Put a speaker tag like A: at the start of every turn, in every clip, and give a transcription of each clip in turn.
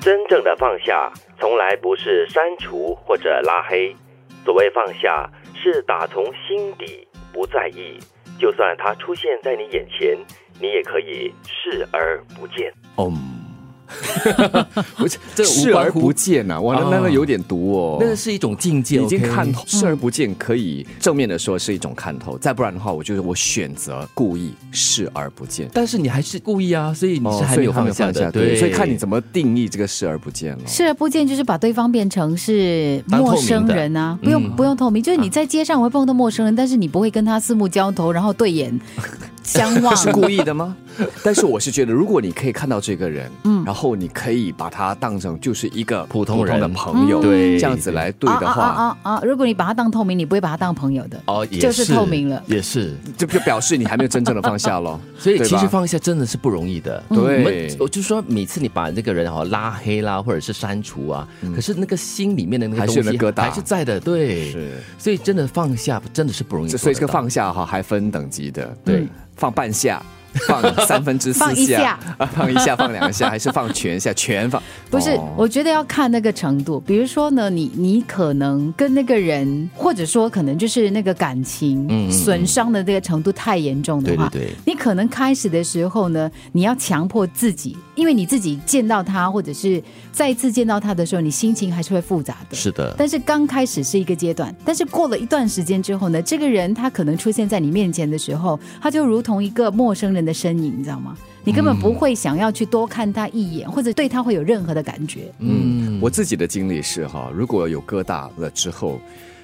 A: 真正的放下，从来不是删除或者拉黑。所谓放下，是打从心底不在意，就算它出现在你眼前，你也可以视而不见。
B: 不是这无
C: 视
B: 关
C: 而
B: 乎
C: 不，见呐、哇，那那个有点毒哦。
B: 那是一种境界，
C: 已经
B: OK？嗯
C: 看透，视而不见可以正面的说是一种看透，再不然的话，我就是我选择故意视而不见。
B: 但是你还是故意啊，所以你是还
C: 哦所
B: 没
C: 以
B: 有
C: 他没
B: 放
C: 有
B: 下
C: 放
B: 的，
C: 下，对，所以看你怎么定义这个视而不见 了。
D: 视而不见就是把对方变成是陌生人啊，
C: 嗯
D: 不用、不用透明，就是
C: 啊
D: 你在街上会碰到陌生人，但是你不会跟他四目交投，然后对眼相望。
C: 是故意的吗？但是我是觉得，如果你可以看到这个人，嗯，然后你可以把他当成就是一个
B: 普通人
C: 的朋友，
B: 嗯对
C: 这样子来对的
D: 啊
C: 话，
D: 啊啊啊啊！如果你把他当透明，你不会把他当朋友的。
B: 哦，也
D: 就是透明了
B: 也是。
C: 这就表示你还没有真正的放下咯。
B: 所以
C: 对
B: 其
C: 吧
B: 实放下真的是不容易的。
D: 嗯
C: 对
B: 我们我就说每次你把这个人哈拉黑啦，或者是删除啊，可是那个心里面的那个
C: 嗯还
B: 东
C: 是
B: 西
C: 有那疙瘩
B: 还是在的，对。
C: 是
B: 所以真的放下真的是不容易
C: 这
B: 做得到。嗯
C: 所以这个放下哈还分等级的，
B: 对，
C: 放 半下。放三分之四
D: 放一
C: 下
D: 下，
C: 放一下，放两下， 还是放全下？全放
D: 不是，
C: 哦
D: 我觉得要看那个程度。比如说呢，你你可能跟那个人，或者说可能就是那个
B: 嗯
D: 感
B: 嗯
D: 情
B: 嗯
D: 损伤的这个程度太严重的话，
B: 对对对
D: 你可能开始的时候呢，你要强迫自己，因为你自己见到他，或者是再一次见到他的时候，你心情还是会复杂的。
B: 是的，
D: 但是刚开始是一个阶段，但是过了一段时间之后呢，这个人他可能出现在你面前的时候，他就如同一个陌生人的身影，你知道吗？你根本不会想要去多看他一眼，或者对他会有任何的感觉。
C: 嗯，我自己的经历是哈，如果有疙瘩了之后，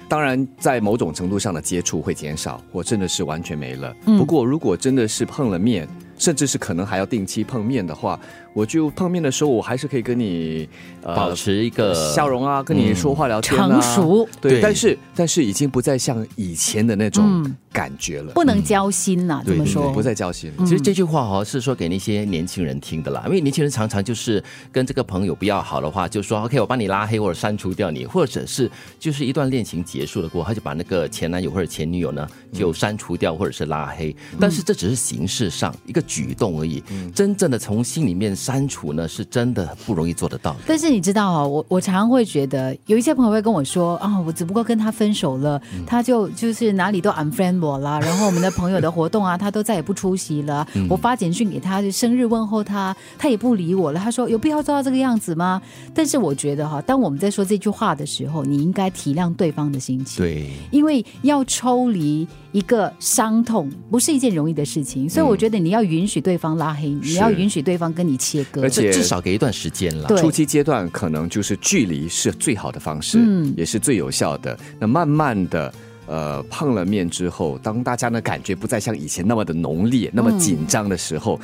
C: 当然在某种程度上的接触会减少，我真的是完全没了。
D: 嗯
C: 不过如果真的是碰了面，甚至是可能还要定期碰面的话，我就碰面的时候，我还是可以跟你、呃
B: 保持一个
C: 笑容啊，跟你说话聊天、啊
D: 嗯成熟
C: 对，
B: 对
C: 但是但是已经不再像以前的那种
D: 嗯
C: 感觉了，
D: 不嗯能交心呐、这
B: 对
D: 么
B: 对
D: 说
C: 不再交心了。
B: 其实这句话哈、是说给那些年轻人听的啦，因为年轻人常常就是跟这个朋友比较好的话，就说 OK，我帮你拉黑或者删除掉你，或者是就是一段恋情结束了过后，他就把那个前男友或者前女友呢就删除掉或者是拉黑，但是这只是形式上一个举动而已，真正的从心里面删除呢，是真的不容易做得到的。
D: 但是你知道哦，我我常常会觉得，有一些朋友会跟我说啊、我只不过跟他分手了，
B: 嗯
D: 他就就是哪里都 unfriend 我啦，然后我们的朋友的活动啊， 他都再也不出席了。
B: 嗯
D: 我发简讯给他，就生日问候他，他也不理我了。他说有必要做到这个样子吗？但是我觉得哈、当我们在说这句话的时候，你应该体谅对方的心情。
B: 对，
D: 因为要抽离一个伤痛，不是一件容易的事情，所以
B: 嗯
D: 我觉得你要允许对方拉黑你，你要允许对方跟你切割。
C: 而且
B: 至少给一段时间啦。
D: 对
C: 初期阶段可能就是距离是最好的方式，
D: 嗯
C: 也是最有效的。那慢慢的。呃，碰了面之后，当大家呢感觉不再像以前那么的浓
D: 嗯
C: 烈、那么紧张的时候，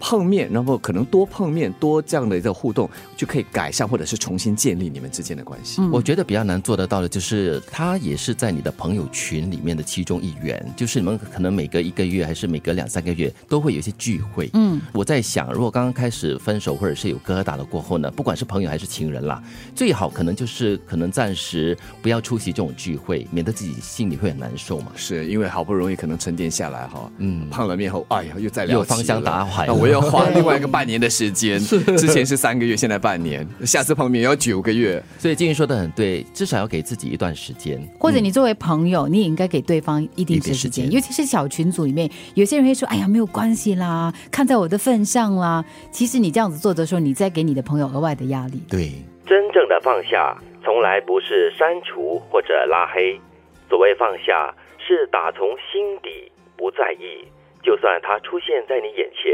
C: 碰面，然后可能多碰面、多这样的一个互动，就可以改善或者是重新建立你们之间的关系。
D: 嗯
B: 我觉得比较难做得到的就是，他也是在你的朋友群里面的其中一员，就是你们可能每隔一个月还是每隔两三个月都会有一些聚会。嗯，我在想，如果刚刚开始分手或者是有疙瘩了过后呢，不管是朋友还是情人啦，最好可能就是可能暂时不要出席这种聚会，免得自己心里会很难受嘛。
C: 是因为好不容易可能沉淀下来哈，嗯，碰了面后，哎呀，又再聊
B: 又
C: 起了
B: 芳香打海
C: 那我要花另外一个半年的时间，之前是三个月，现在半年，下次碰面要九个月，
B: 所以金鱼说的很对，至少要给自己一段时间。
D: 或者你作为朋友，你也应该给对方嗯一定的
B: 一
D: 时
B: 定时间
D: 间，尤其是小群组里面，有些人会说：“哎呀，没有关系啦，看在我的份上啦。”其实你这样子做的时候，你在给你的朋友额外的压力。
B: 对，
A: 真正的放下，从来不是删除或者拉黑。所谓放下，是打从心底不在意，就算它出现在你眼前，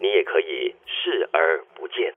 A: 你也可以视而不见。